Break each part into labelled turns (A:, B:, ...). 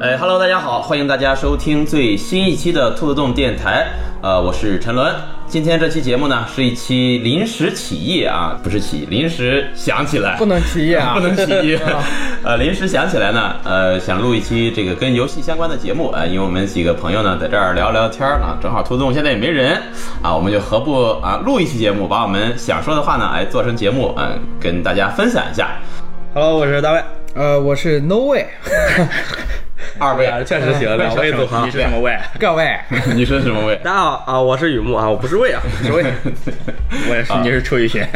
A: 哎，Hello，大家好，欢迎大家收听最新一期的兔子洞电台。呃，我是陈伦。今天这期节目呢，是一期临时起意啊，不是起，临时想起来，
B: 不能起夜 啊，
A: 不能起 意。呃，临时想起来呢，呃，想录一期这个跟游戏相关的节目啊、呃，因为我们几个朋友呢在这儿聊聊天儿啊，正好兔子洞现在也没人啊，我们就何不啊录一期节目，把我们想说的话呢，哎，做成节目，嗯、跟大家分享一下。
C: Hello，我是大卫。
B: 呃，我是 No Way，
A: 二位
C: 俩哎确实行，两位组合
D: 你。是什么位？
B: 各位，
A: 你是什么 位？
C: 大家好啊，我是雨木啊，我不是魏啊，我是魏。
D: 我也是，你是邱雨轩。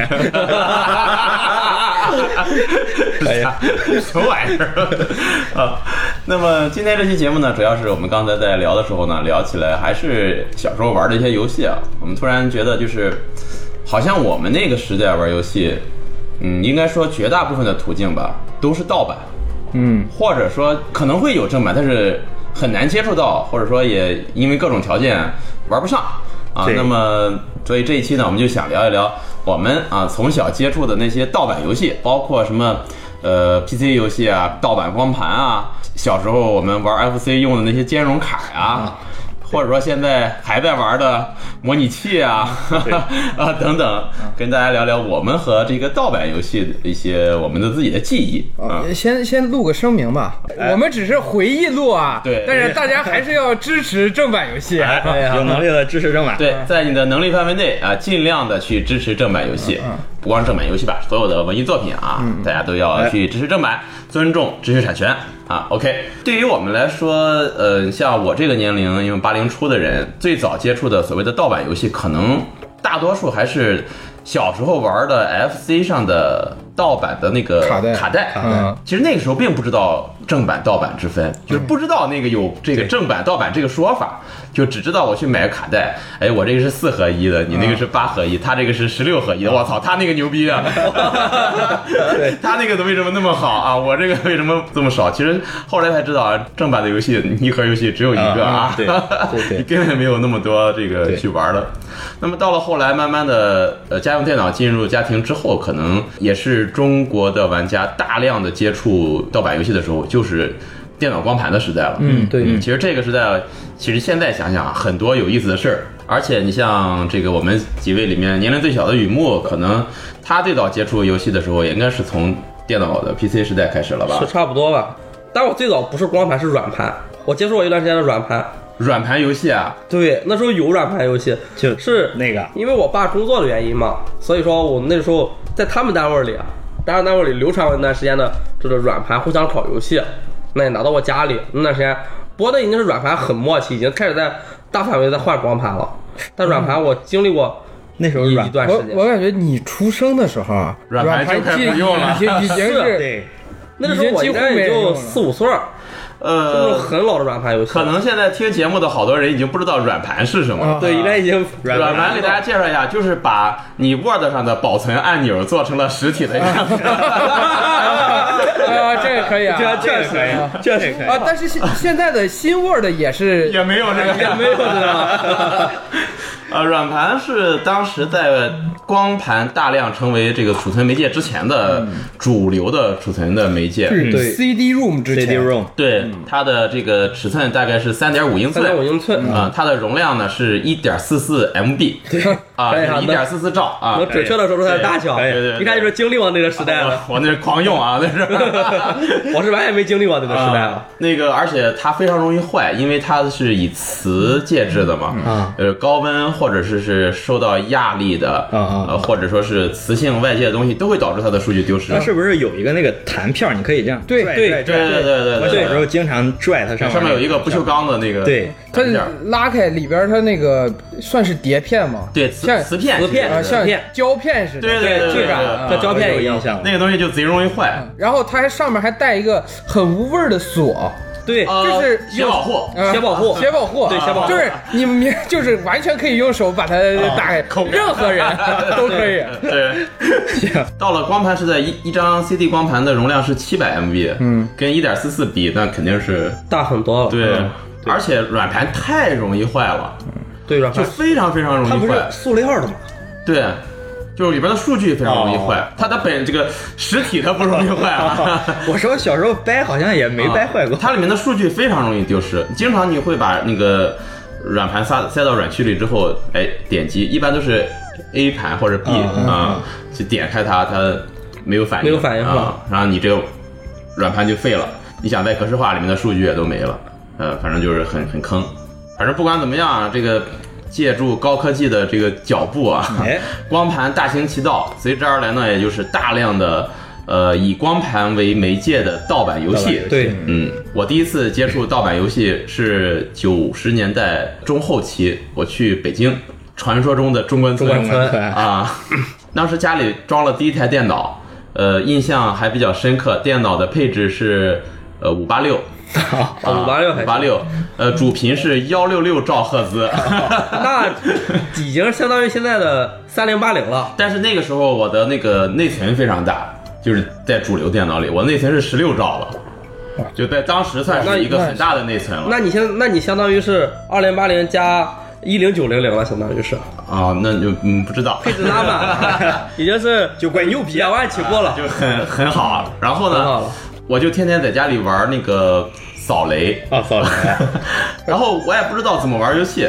A: 哎 呀， 什么玩意儿 啊？那么今天这期节目呢，主要是我们刚才在聊的时候呢，聊起来还是小时候玩的一些游戏啊。我们突然觉得，就是好像我们那个时代玩游戏，嗯，应该说绝大部分的途径吧，都是盗版，
B: 嗯，
A: 或者说可能会有正版，但是很难接触到，或者说也因为各种条件玩不上啊。
D: 对
A: 那么，所以这一期呢，我们就想聊一聊我们啊从小接触的那些盗版游戏，包括什么呃 PC 游戏啊、盗版光盘啊，小时候我们玩 FC 用的那些兼容卡呀、或者说现在还在玩的模拟器啊 啊等等，跟大家聊聊我们和这个盗版游戏的一些我们的自己的记忆啊。
B: 呃先先录个声明吧，我们只是回忆录啊，
A: 对
B: 但是大家还是要支持正版游戏。啊
D: 哎有能力的支持正版。
A: 对，在你的能力范围内
B: 嗯
A: 啊，尽量的去支持正版游戏，不光是正版游戏吧，所有的文艺作品啊，
B: 嗯
A: 大家都要去支持正
B: 哎
A: 版，尊重知识产权啊。OK，对于我们来说，呃，像我这个年龄，因为八零初的人，最早接触的所谓的盗版游戏，可能大多数还是小时候玩的 FC 上的盗版的那个
B: 卡带
A: 卡带，
B: 嗯
A: 其实那个时候并不知道正版盗版之分，就是
D: 嗯
A: 不知道那个有这个正版盗版这个说法，就只知道我去买个卡带，哎，我这个是四合一的，你那
D: 嗯
A: 个是八合一，他这个是十六合一的，我操，他那个牛逼 啊！他那个为什么那么好啊？我这个为什么这么少？其实后来才知道，啊，正版的游戏一盒游戏只有一个啊，
D: 嗯
A: 对你根本没有那么多这个去玩了。那么到了后来，慢慢的，呃，家用电脑进入家庭之后，可能也是中国的玩家大量的接触盗版游戏的时候，就是电脑光盘的时代了。嗯，
B: 对
A: 其实这个时代，其实现在想想啊很多有意思的事儿。而且你像这个我们几位里面年龄最小的雨木，可能他最早接触游戏的时候，也应该是从电脑的 PC 时代开始了吧
C: 是？差不多吧。但我最早不是光盘，是软盘。我接触过一段时间的软盘。
A: 软盘游戏啊，
C: 对，那时候有软盘游戏，
D: 就是那个
C: 因为我爸工作的原因嘛，所以说我那时候在他们单位里，啊，单位单位里流传过一段时间的这个软盘互相炒游戏，那也拿到我家里那段时间，不过那已经是软盘很默契，已经开始在大范围在换光盘了。但软盘我经历过
D: 那时候
C: 一
D: 软
C: 一段时
B: 我
C: 间，
B: 我感觉你出生的时候啊，
A: 软
B: 软
A: 盘就开始
B: 机
A: 不用了
B: 已经已经 是
D: 对，
C: 那个时候我应该
B: 已经
C: 也
B: 几乎没人用
C: 就
B: 了
C: 四五岁儿，就是
A: 呃，
C: 很老的软盘游戏
A: 可。能现在听节目的好多人已经不知道软盘是什么了。
B: 啊
C: 对，应该已经
D: 软
A: 软盘给大家介绍一下，就是把你 Word 上的保存按钮做成了实体的样 子。
B: 啊，这个可以啊，
C: 这
D: 这个可以，这个可以。
B: 啊，但是现现在的新 Word 也是
A: 也没有这个，也没有这个。 呃，软盘是当时在光盘大量成为这个储存媒介之前的主流的储存的媒介。
B: 是
D: 对
B: CD room 之
D: CD
B: 前
D: room
A: 嗯对，它的这个尺寸大概是三点五英寸，
C: 三点五英寸，
A: 啊、它的容量呢是一点四四 MB，对 啊，
C: 哎呀
A: 一点四四兆啊
C: 能，准确的说出它的大小，
D: 可以
A: 对对
C: 一看就是经历过那个时代了。
A: 我我那是狂用啊，那是。
C: 我是完全没经历过那个时代
A: 啊
C: 了。，
A: 那个，而且它非常容易坏，因为它是以磁介质的嘛，
D: 啊
A: 呃，高温或者是是受到压力的，
D: 啊啊
A: 呃，或者说是磁性外界的东西，都会导致它的数据丢失。
D: 它是不是有一个那个弹票？你可以这样
B: 对
D: 拽
B: 对
D: 拽
A: 对
D: 拽
A: 对对
D: 我
A: 对
D: 小时
A: 对
D: 候经常拽它上
A: 对，上面有一个不锈钢的那个
D: 对
B: 它
A: 弹片儿，
B: 拉开里边儿它那个算是碟片吗？
A: 对磁
B: 像
A: 磁片，
C: 磁片
B: 啊，
A: 其实
B: 像
C: 片
B: 胶片似的，
A: 对对对对
B: 质感
A: 对
B: 啊
C: 跟胶片
D: 有
C: 一样
D: 印。象了。
A: 那个东西就贼容易坏，
B: 然后它还上面还带一个很无味儿的锁，
C: 对，
A: 呃
B: 就是
A: 写保护。
B: 呃
C: 鞋保护
B: 鞋保护，
C: 对鞋保护
B: 就是你明就是完全可以用手把它打开，
A: 口感
B: 任何人都可以。
A: 对，到了光盘时代，一一张 CD 光盘的容量是七百 MB，嗯，跟一点四四比，那肯定是
C: 大很多了。
D: 嗯
A: 对，而且软盘太容易坏了，
C: 对，软
A: 就
C: 盘
A: 非常非常容
D: 啊它不
A: 易
D: 是
A: 坏。
D: 塑料的吗？
A: 对，就是里边的数据非常容易坏，
D: 哦
A: 它的本这个实体它不容易坏 啊。
D: 我说小时候掰好像也没掰坏过
A: 啊，它里面的数据非常容易丢失，经常你会把那个软盘塞塞到软驱里之后，哎，点击一般都是 A 盘或者 B
D: 嗯嗯
A: 啊、去点开它，它没有反应，
C: 没有反应
A: 啊，然后你这个软盘就废了，你想在格式化里面的数据也都没了，呃，反正就是很很坑，反正不管怎么样啊，这个借助高科技的这个脚步啊，
D: 哎，
A: 光盘大行其道，随之而来呢，也就是大量的呃以光盘为媒介的盗版游戏。
D: 对
C: 对，
A: 嗯，我第一次接触盗版游戏是九十年代中后期，我去北京，传说中的中关村
C: 中关村
A: 啊， 当时家里装了第一台电脑，呃，印象还比较深刻，电脑的配置是呃五八六。
C: 哦
A: 啊
C: 五八六还
A: 五八六，呃，主频是幺六六兆赫兹，
C: 那已经相当于现在的三零八零了。
A: 但是那个时候我的那个内存非常大，就是在主流电脑里，我内存是十六兆了，就在当时算
C: 那
A: 是一个
B: 那
A: 很大的内存了
C: 那你现那你相当于是二零八零加一零九零零了，相当 于是
A: 啊，那就嗯不知道，
C: 配置拉 满，已经是
D: 就怪牛逼
C: 两万起步了，
A: 啊就很很好。啊然后
C: 很好
A: 呢
C: 了，
A: 我就天天在家里玩那个扫 雷，
D: 啊！扫雷，
A: 然后我也不知道怎么玩游戏。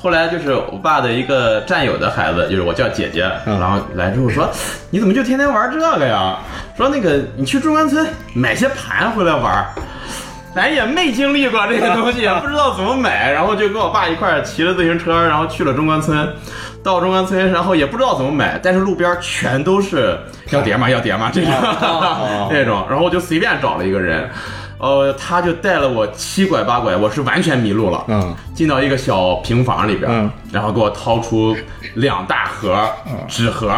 A: 后来就是我爸的一个战友的孩子，就是我叫姐姐，
D: 嗯
A: 然后来之后说：“你怎么就天天玩这个呀？”说那个你去中关村买些盘回来玩儿。咱也没经历过这个东 西，不知道怎么买，然后就跟我爸一块儿骑着自行车，然后去了中关村。到中关村，然后也不知道怎么买，但是路边全都是要碟吗？要碟吗？这种、
D: 哦
A: 这种，然后我就随便找了一个人，呃，他就带了我七拐八拐，我是完全迷路了。
D: 嗯，
A: 进到一个小平房里边，
D: 嗯
A: 然后给我掏出两大盒纸盒，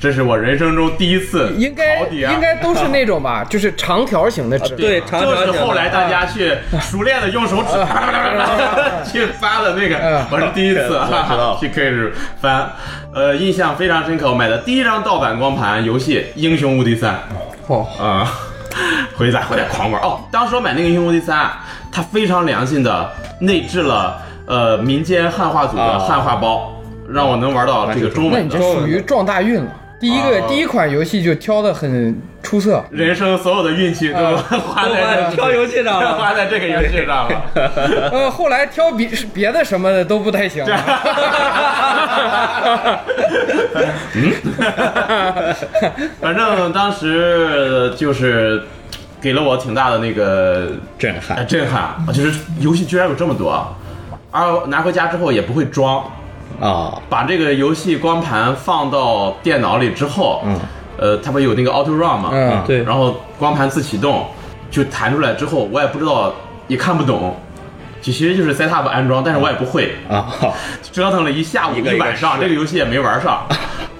A: 这是我人生中第一次
B: 应该
A: 淘碟
B: 应该都是那种吧，就是长条形的纸。
A: 啊
C: 对长条
A: 就是
C: 形的
A: 后来大家去熟练的用手指去翻的那个
B: 嗯，
A: 我是第一次
D: 我知道
A: 去开始翻，呃，印象非常深刻。我买的第一张盗版光盘游戏《英雄无敌三》
C: 哦，
A: 啊，回家回来狂玩哦。当时我买那个《英雄无敌三》，啊它非常良心的内置了呃民间汉化组的
D: 啊
A: 汉化包，让我能玩到这个中
B: 那
A: 文
B: 你
A: 的。
B: 这属于撞大运了。第一个
A: 啊
B: 第一款游戏就挑的很出色，
A: 人生所有的运气都花
C: 都
A: 在
C: 快
A: 这
C: 挑游戏上 了，
A: 花在这个游戏上了。
B: 呃，后来挑别别的什么的都不太行。
A: 反正当时就是给了我挺大的那个
D: 震
A: 哎
D: 撼，
A: 震撼，就是游戏居然有这么多，啊而拿回家之后也不会装，
D: 啊！
A: 把这个游戏光盘放到电脑里之后，
D: 嗯，
A: 呃，它不有那个 Auto Run 嘛，
B: 嗯，
C: 对
A: 然后光盘自启动就弹出来之后，我也不知道，也看不懂。就其实就是 setup 安装，但是我也不会，
D: 啊，
A: 折腾了一下午
D: 一个
A: 晚上，
D: 一个
A: 这
D: 试
A: 个游戏也没玩上。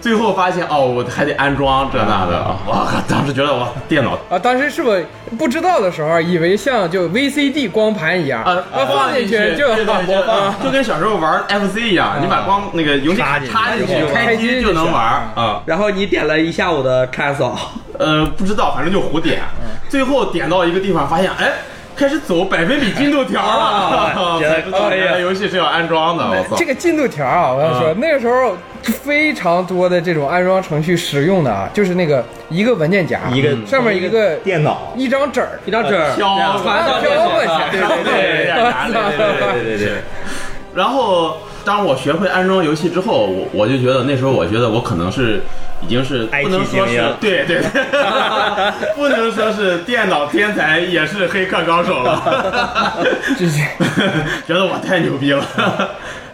A: 最后发现哦，我还得安装这那的，我靠！当时觉得我电脑
B: 啊，当时是我不知道的时候，以为像就 VCD 光盘一样，
A: 啊
B: 放进去就啊
A: 对对对
B: 播放。
A: 就跟小时候玩 FC 一样，你把光那个游戏
D: 插进去
A: 插进去，
B: 就
A: 开机就能玩啊。
C: 然后你点了一下午的看扫，
A: 呃，不知道，反正就胡点，最后点到一个地方，发现哎。开始走百分比进度条了，
D: 啊
A: 才知道原来游戏是要安装的。我操！
B: 这个进度条啊，我要说、
A: 啊
B: 那个时候非常多的这种安装程序使用的啊，就是那个一个文件夹，
D: 嗯一个
B: 上面一个
D: 电脑，
B: 一张纸儿，啊
C: 一张纸儿
A: 飘
C: 传到
B: 飘过去
A: 对对对对对对。然后，当我学会安装游戏之后，我我就觉得那时候，我觉得我可能是已经是
D: IT
A: 不能说
D: 精
A: 是
D: 英
A: 对对，对不能说是电脑天才，也是黑客高手了，
B: 这是
A: 觉得我太牛逼了。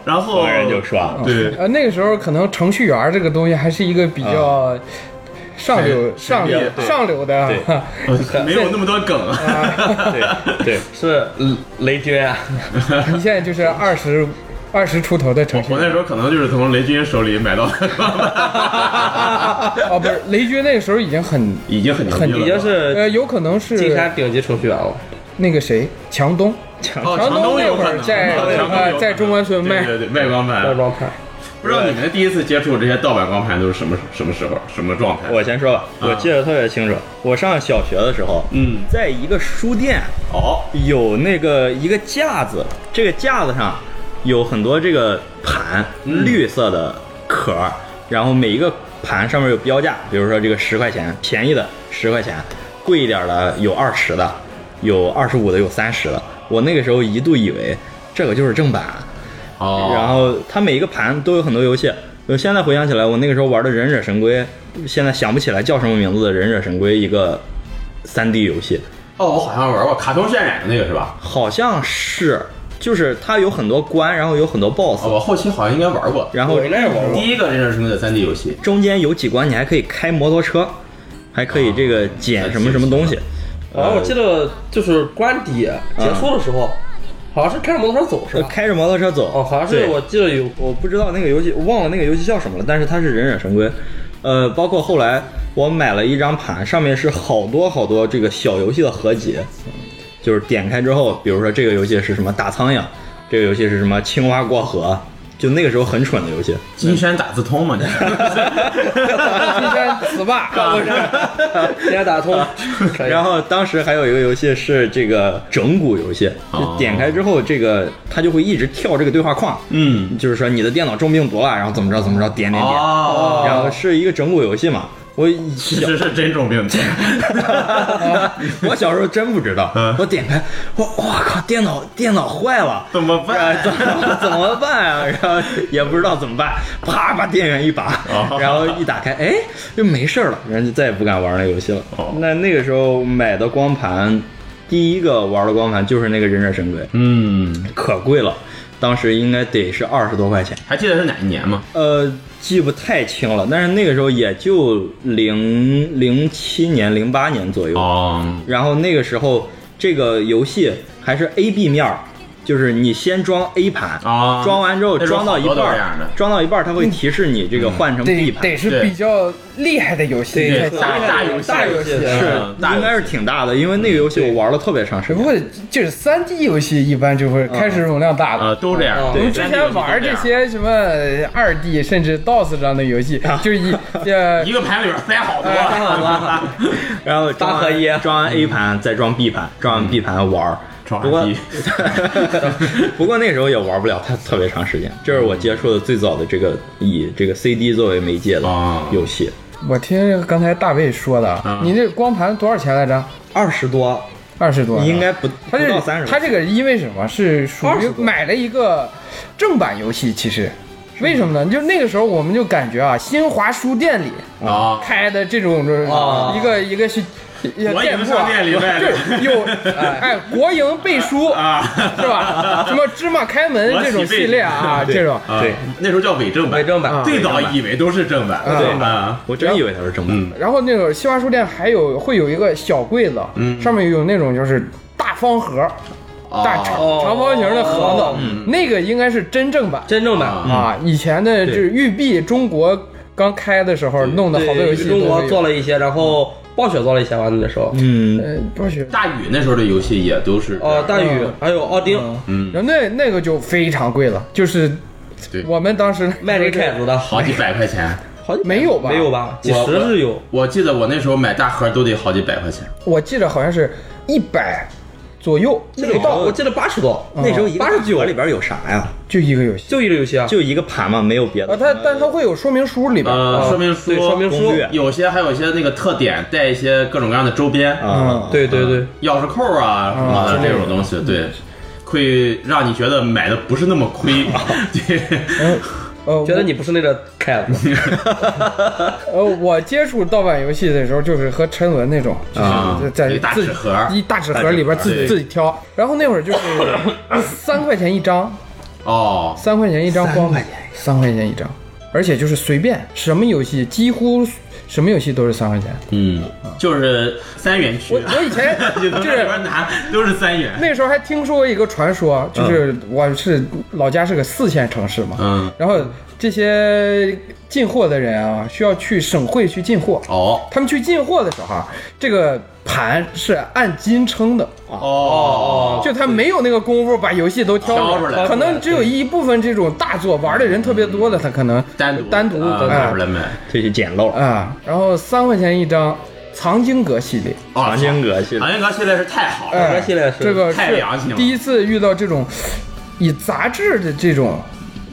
A: 然后
D: 有人就说
A: 对，
B: 呃那个时候可能程序员这个东西还是一个比较上流、
A: 对
B: 上流
A: 对
B: 上流的啊
D: 对
A: 没有那么多梗。
D: 对对，
C: 是雷军啊，
B: 你现在就是二十二十出头的程序
A: 我
B: 员
A: 那时候可能就是从雷军手里买到的，
B: 哦，不是雷军那个时候已经很
A: 已经很牛逼了，
C: 已经是
B: 呃，有可能
C: 金
B: 是
C: 山顶级程序员了。
B: 那个谁强东，
A: 哦，
B: 强
A: 东有
B: 东那会
A: 可
B: 儿
A: 能
B: 在
A: 强东有可
B: 呃
A: 能
B: 在中关村卖
A: 对对对卖光
C: 要
A: 盘。
C: 装盘，
A: 不知道你们第一次接触这些盗版光盘都是什么什么时候、什么状态？
D: 我先说吧，我记得特别清楚，我上小学的时候，
A: 嗯
D: 在一个书店
A: 哦，
D: 有那个一个架子，这个架子上有很多这个盘，绿色的壳儿，然后每一个盘上面有标价，比如说这个十块钱，便宜的十块钱，贵一点的有二十的，有二十五的，有三十的。我那个时候一度以为这个就是正版，然
A: 哦，
D: 后它每一个盘都有很多游戏。我现在回想起来，我那个时候玩的《忍者神龟》，现在想不起来叫什么名字的《忍者神龟》，一个 3D 游戏，
A: 哦，我好像玩过卡通渲染的那个是吧？
D: 好像是，就是它有很多关，然后有很多 BOSS，
A: 哦，我后期好像应该玩过。
D: 然后
C: 我应该也玩
A: 第
C: 过。
A: 一个忍者神龟的 3D 游戏，
D: 中间有几关你还可以开摩托车，还可以这
C: 啊
D: 个捡什么什么东西。
C: 然后我记得就是关底结束的时候，好像是开着摩托车走是
D: 呃
C: 吧？
D: 开着摩托车走，
C: 哦，好像是
D: 对
C: 我记得有
D: 我不知道那个游戏，我忘了那个游戏叫什么了，但是它是忍者神龟。呃，包括后来我买了一张盘，上面是好多好多这个小游戏的合集，就是点开之后，比如说这个游戏是什么打苍蝇，这个游戏是什么青蛙过河，就那个时候很蠢的游戏。
A: 金山打字通嘛，你
B: 金山词 霸，
C: 天打 通，
A: 哎
C: 可以
D: 然后当时还有一个游戏是这个整蛊游戏，
A: 哦
D: 就点开之后，这个它就会一直跳这个对话框，
A: 嗯，
D: 就是说你的电脑中病毒了，然后怎么着怎么着，点点点，
A: 哦，
D: 然后是一个整蛊游戏嘛。我
A: 其实是真种病毒。
D: 我小时候真不知道
A: 嗯，
D: 我点开，我我靠，电脑电脑坏了，
A: 怎么办
D: 然后怎么怎么办啊？然后也不知道怎么办，啪把电源一拔
A: 哦，
D: 然后一打开，哎，就没事儿了，然后就再也不敢玩那游戏了
A: 哦。
D: 那那个时候买的光盘，第一个玩的光盘就是那个《忍者神龟》，
A: 嗯，
D: 可贵了，当时应该得是二十多块钱。
A: 还记得是哪一年吗？
D: 呃，记不太清了，但是那个时候也就零零七年、零八年左右。
A: 哦，
D: 然后那个时候这个游戏还是 A B 面儿，就是你先装 A 盘，
A: 啊
D: 装完之后
A: 那时候
D: 装到一
A: 好
D: 半
A: 多都这样的
D: 儿，装到一半儿它会提示你这个换成 B
B: 得
D: 盘
B: 得，是比较厉害的游戏
A: 对
B: 才
A: 大大
B: 行
A: 游戏
C: 大游戏
A: 是嗯大游戏嗯
D: 应该是挺大的，因为那个游戏我玩了特别长时
B: 只不
D: 间。
B: 过就是三 D 游戏一般就会开始容量大了。
A: 呃，都这样。
C: 哦
B: 我
A: 对
B: 们之前玩这，些什么二 D 甚至 DOS 这样的游戏，就是一呃
A: 一个盘里边塞好多。
D: 然后装完
C: 大合一
D: 装完 A 盘再装 B 盘，装完 B 盘玩儿。
A: 嗯装完
D: 不过
A: B
D: 不过那时候也玩不了太特别长时间，这是我接触的最早的这个以这个 CD 作为媒介的
A: 啊
D: 游戏，
B: 我听刚才大卫说的
A: 啊
B: 啊，你这光盘多少钱来着？
D: 二十多
B: 二十多，
D: 应。该不
B: 他
D: 不
B: 这
D: 到三十，
B: 他这个因为什么是属于
C: 20多
B: 买了一个正版游戏，其实为什么呢？就那个时候我们就感觉啊，新华书店里
A: 啊，
B: 开的这种
C: 啊
B: 一个一个是店
A: 国营
B: 铺
A: 商
B: 啊，
A: 店里卖的
B: 就是有哎国营背书
A: 啊
B: 是吧？什么芝麻开门这种系列啊，
D: 我起背
B: 这种
A: 啊
D: 对，
A: 那时候叫伪正版，
C: 伪正
D: 啊
C: 版
A: 最早以为都是正版，
B: 啊
A: 对啊，
D: 我真以为它是正版。
A: 嗯
B: 然后那个新华书店还有会有一个小柜子，
A: 嗯
B: 上面有那种就是大方盒，大长
A: 哦
B: 长方形的盒
C: 哦
B: 子，那个应该是真正版
C: 真正版
A: 啊
B: 啊。以前的就是育碧中国刚开的时候弄的好多游戏，
C: 对中国做，了一些，然后暴雪做了一些吧，那时候。
D: 嗯，
B: 呃，暴雪。
A: 大宇那时候的游戏也都是这样
C: 哦，大宇
B: 嗯
C: 还有奥丁，
A: 嗯，
B: 然后那那个就非常贵了，就是
A: 对
B: 我们当时
C: 卖这个凯子的
A: 好几百块钱。
C: 好几
B: 没有吧
C: 没有吧？几
A: 我
C: 十是有。
A: 我记得我那时候买大盒都得好几百块钱，
B: 我记得好像是一百左右，
C: 记得到，我记得八十多，
D: 那时候一
C: 八十九
D: 里边有啥呀？
B: 就一个游戏
C: 就一个游戏啊，
D: 就一个盘嘛，没有别的。
B: 啊，它但它会有说明书里边，啊
A: 呃，说明书
C: 对，呃说明书
D: 攻略
A: 有些还有一些那个特点，带一些各种各样的周边，
D: 啊，
C: 对对对，
A: 钥匙扣啊什么的这种东西，对，会让你觉得买的不是那么亏，对，
B: 嗯呃，
C: 觉得你不是那个凯 子，
B: 呃，我接触盗版游戏的时候，就是和陈文那种，
D: 啊
B: 就是在
A: 一大
B: 自己
A: 纸盒
B: 一大纸盒里边自
C: 啊
A: 对
B: 己自己挑。然后那会儿就是 三块钱一张，
A: 哦，
B: 三块钱一张光盘，三块钱一张，而且就是随便什么游戏，几乎什么游戏都是三块钱。
A: 嗯，就是三元区
B: 我，我以前
A: 啊 就
B: 就
A: 从那
B: 是
A: 边拿都是三元，
B: 那时候还听说过一个传说，就是我是老家是个四线城市嘛，
A: 嗯，
B: 然后这些进货的人啊，需要去省会去进货。
A: 哦
B: 他们去进货的时候啊，这个盘是按斤称的，
A: 哦
B: 就他没有那个功夫把游戏都挑
A: 挑出来
B: 可能只有一部分这种大作玩的人特别多的，他可能
A: 单独
B: 单独
A: 啊拿出来卖，
D: 这些捡漏
B: 哎。啊，然后三块钱一张，藏经阁系列，
A: 哦
D: 藏经阁系列
A: 藏经阁系列是太好了，
B: 哎
C: 系列是
B: 这个
A: 太良心
B: 是
A: 了
B: 第一次遇到这种以杂志的这种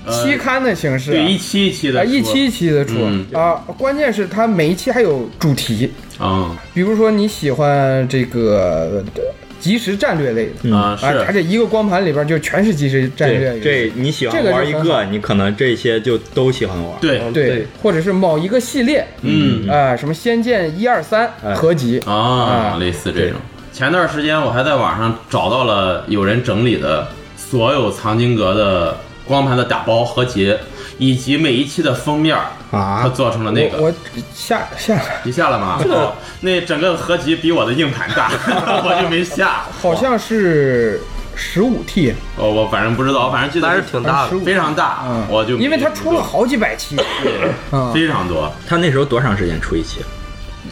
B: 期刊的形式啊，
A: 呃对一期一期的
B: 啊，
A: 出，
B: 一期一期的出
A: 嗯
B: 啊。关键是它每一期还有主题，
A: 嗯
B: 比如说你喜欢这个呃即时战略类的
A: 啊
B: 啊，它
A: 是，
B: 这一个光盘里边就全是即时战略
D: 这
B: 游戏。
D: 这你喜
B: 这个就
D: 欢玩一
B: 很好
D: 个，你可能这些就都喜欢玩。
A: 对，
B: 对，或者是某一个系列，
A: 嗯
B: 啊，什么《仙剑》一二三
D: 哎
B: 合集，
A: 啊
B: 啊，
A: 类似这种。前段时间我还在网上找到了有人整理的所有藏经阁的光盘的打包合集，以及每一期的封面儿，
D: 啊
A: 他做成了那个。
B: 我我下下
A: 你下了吗？哦 那整个合集比我的硬盘大， 我就没下。
B: 好像是十五 T，
A: 哦，我反正不知道，我反正记得
C: 还是挺大 的
B: 15
A: 非常大，
C: 啊
B: 嗯，
A: 我就没嗯
B: 因为它出了好几百期，啊，
A: 非常多。
D: 他那时候多长时间出一期？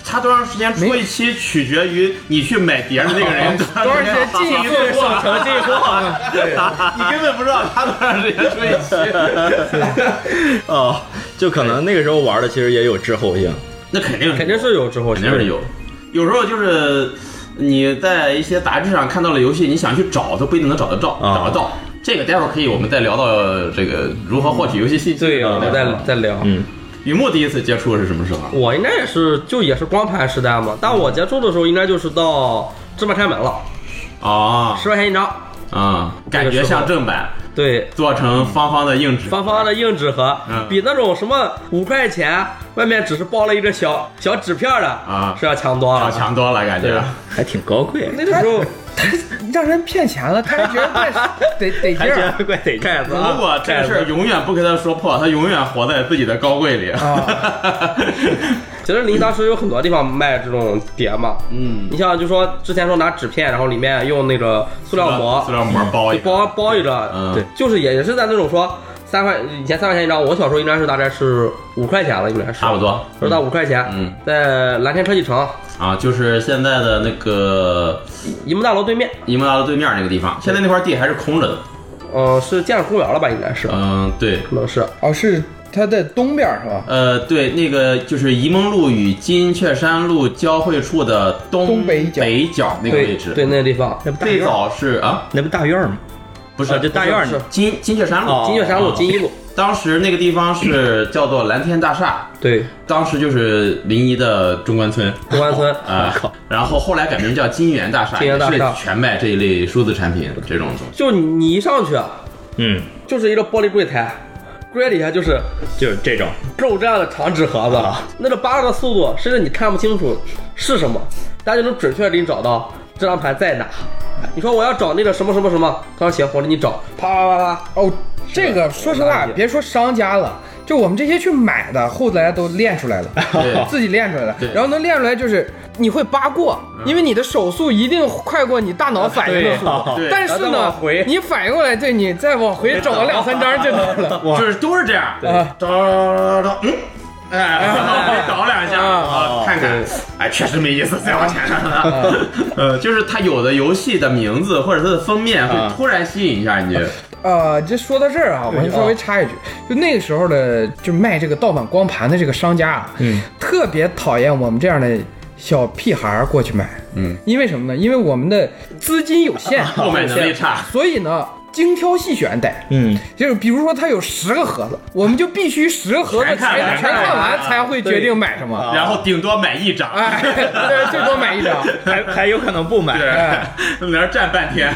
A: 他多长时间出一期，取决于你去买碟的那个人多
B: 长时间进一步
A: 手成进货，你根本不知道他多长时间出一期。
D: 哦，就可能那个时候玩的其实也有滞后性。
A: 那肯定
C: 肯定是有之后，
A: 肯定是有，有时候就是你在一些杂志上看到了游戏，你想去找都不一定能找得到，
D: 啊
A: 找得到。这个待会儿可以，我们再聊到这个如何获取游戏信息。
C: 对，我
A: 啊
C: 们再再聊。
D: 嗯，
A: 雨木第一次接触是什么时候啊？
C: 我应该也是就也是光盘时代嘛，但我接触的时候应该就是到芝麻开门了，
A: 啊
C: 十块钱一张。
A: 啊，感觉像正版，
C: 对，
A: 做成方方的硬纸，
C: 方方的硬纸盒，
A: 嗯
C: 比那种什么五块钱外面只是包了一个小小纸片的
A: 啊
C: 是要强多
A: 啊，
C: 了。
A: 强多了感觉
C: 对。
D: 还挺高贵，
C: 那个时候
B: 让人骗钱了，他还觉 得得得得劲
D: 还
B: 儿
D: 真怪得劲
C: 盖子啊，
A: 如果这个事儿
C: 盖子
A: 永远不跟他说破，他永远活在自己的高柜里。
B: 啊
C: 其实临沂当时有很多地方卖这种碟嘛，
A: 嗯，
C: 你像就说之前说拿纸片，然后里面用那个塑料膜
A: 塑料膜包一
C: 就包包一张，
A: 嗯
C: 对，就是也也是在那种说三块以前三块钱一张，我小时候应该是大概是五块钱了，应该是
A: 差不多
C: 不到五块钱，
A: 嗯，
C: 在蓝天科技城
A: 啊，就是现在的那个
C: 银幕大楼对面，
A: 沂蒙大楼对面那个地方，现在那块地还是空着的。
C: 嗯，是建着公园了吧，应该是，
A: 嗯，对，
C: 可能是，
B: 哦，是它的东边儿是吧？
A: 呃，对，那个就是沂蒙路与金雀山路交汇处的东
B: 东北角
A: 北角那个
C: 对
A: 位置。
C: 对，那个地方，
D: 那不大
A: 最
D: 院儿，
A: 早是啊，
D: 那不大院儿吗？
A: 不是
D: 啊就大院儿
C: 不是
D: 里
C: 不
A: 金金雀山路，
D: 哦
C: 金雀山路、金一路，
A: 当时那个地方是叫做蓝天大厦，
C: 对，
A: 当时就是临沂的中关村。
C: 中关村，
A: 啊、
D: 靠
A: 然后后来改名叫金源大厦，
C: 金
A: 也
C: 源大厦
A: 是全卖这一类数字产品这种东西。
C: 就你一上去啊
D: 嗯，
C: 就是一个玻璃柜台，柜底下就是
D: 就是这种。
C: 肉绽的长纸盒
D: 啊
C: 子，那个扒拉的速度，甚至你看不清楚是什么，大家就能准确地给你找到这张盘在哪。你说我要找那个什么什么什么，他说行，我给你找，啪啪啪啪，
B: 哦，这个说实话，
C: 垃圾
B: 别说商家了，就我们这些去买的，后来都练出来了。
A: 对
B: 自己练出来的
A: 对，嗯
B: 然后能练出来就是你会扒过，因为你的手速一定快过你大脑反应的速
D: 啊
B: 度
A: 对。
B: 但是
C: 然后再
B: 呢
C: 往回，
B: 你反应过来，对你再往回找个两三张就能了。
A: 就是都是这样，
B: 啊
A: 找找找找，嗯，哎， 往回倒两下啊，看看，哎，确实没意思，再往前看看。 呃，就是它有的游戏的名字或者它的封面会
D: 啊
A: 突然吸引一下你，
B: 呃，这说到这儿啊，我稍微插一句，就那个时候的，就卖这个盗版光盘的这个商家啊，
D: 嗯，
B: 特别讨厌我们这样的小屁孩儿过去买，
A: 嗯，
B: 因为什么呢？因为我们的资金有限，
A: 购买能力差，
B: 所以呢，精挑细选得。
D: 嗯，
B: 就是比如说，它有十个盒子，我们就必须十个盒子
A: 全看
B: 全
A: 完
B: 全看完
A: 啊
B: 才会决定买什么。
A: 然后顶多买一张，
B: 哎， 对最多买一张。
D: 还还有可能不买。
A: 对，
B: 哎
A: 在那儿站半天。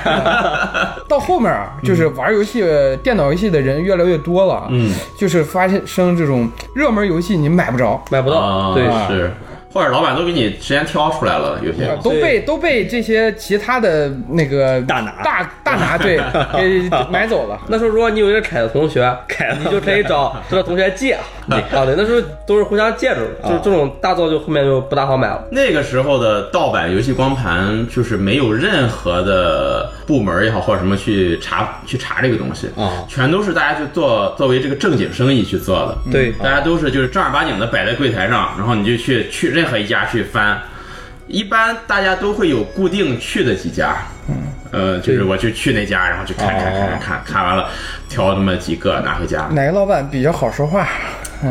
B: 到后面啊，就是玩游戏、电脑游戏的人越来越多了，
A: 嗯，
B: 就是发现生这种热门游戏你买不着，
C: 买不到，
A: 啊，
C: 对，
A: 是，或者老板都给你时间挑出来了，有些
B: 啊都被都被这些其他的那个
D: 大拿
B: 大大拿 对给买走了。
C: 那时候如果你有一个 凯的同学，
D: 凯的
C: 你就可以找这个同学借啊。 对，那时候都是互相借着的，就是这种大作就后面就不大好买 了。
A: 那个时候的盗版游戏光盘，就是没有任何的部门也好，或者什么去查去查这个东西
D: 啊
A: 全都是大家去做作为这个正经生意去做的。
C: 对
B: 嗯
A: 大家都是就是正儿八经的摆在柜台上，然后你就去去任何一家去翻，一般大家都会有固定去的几家。嗯，呃，就是我就去那家，然后去看看看看看，看完了挑那么几个拿回家。
B: 哪个老板比较好说话？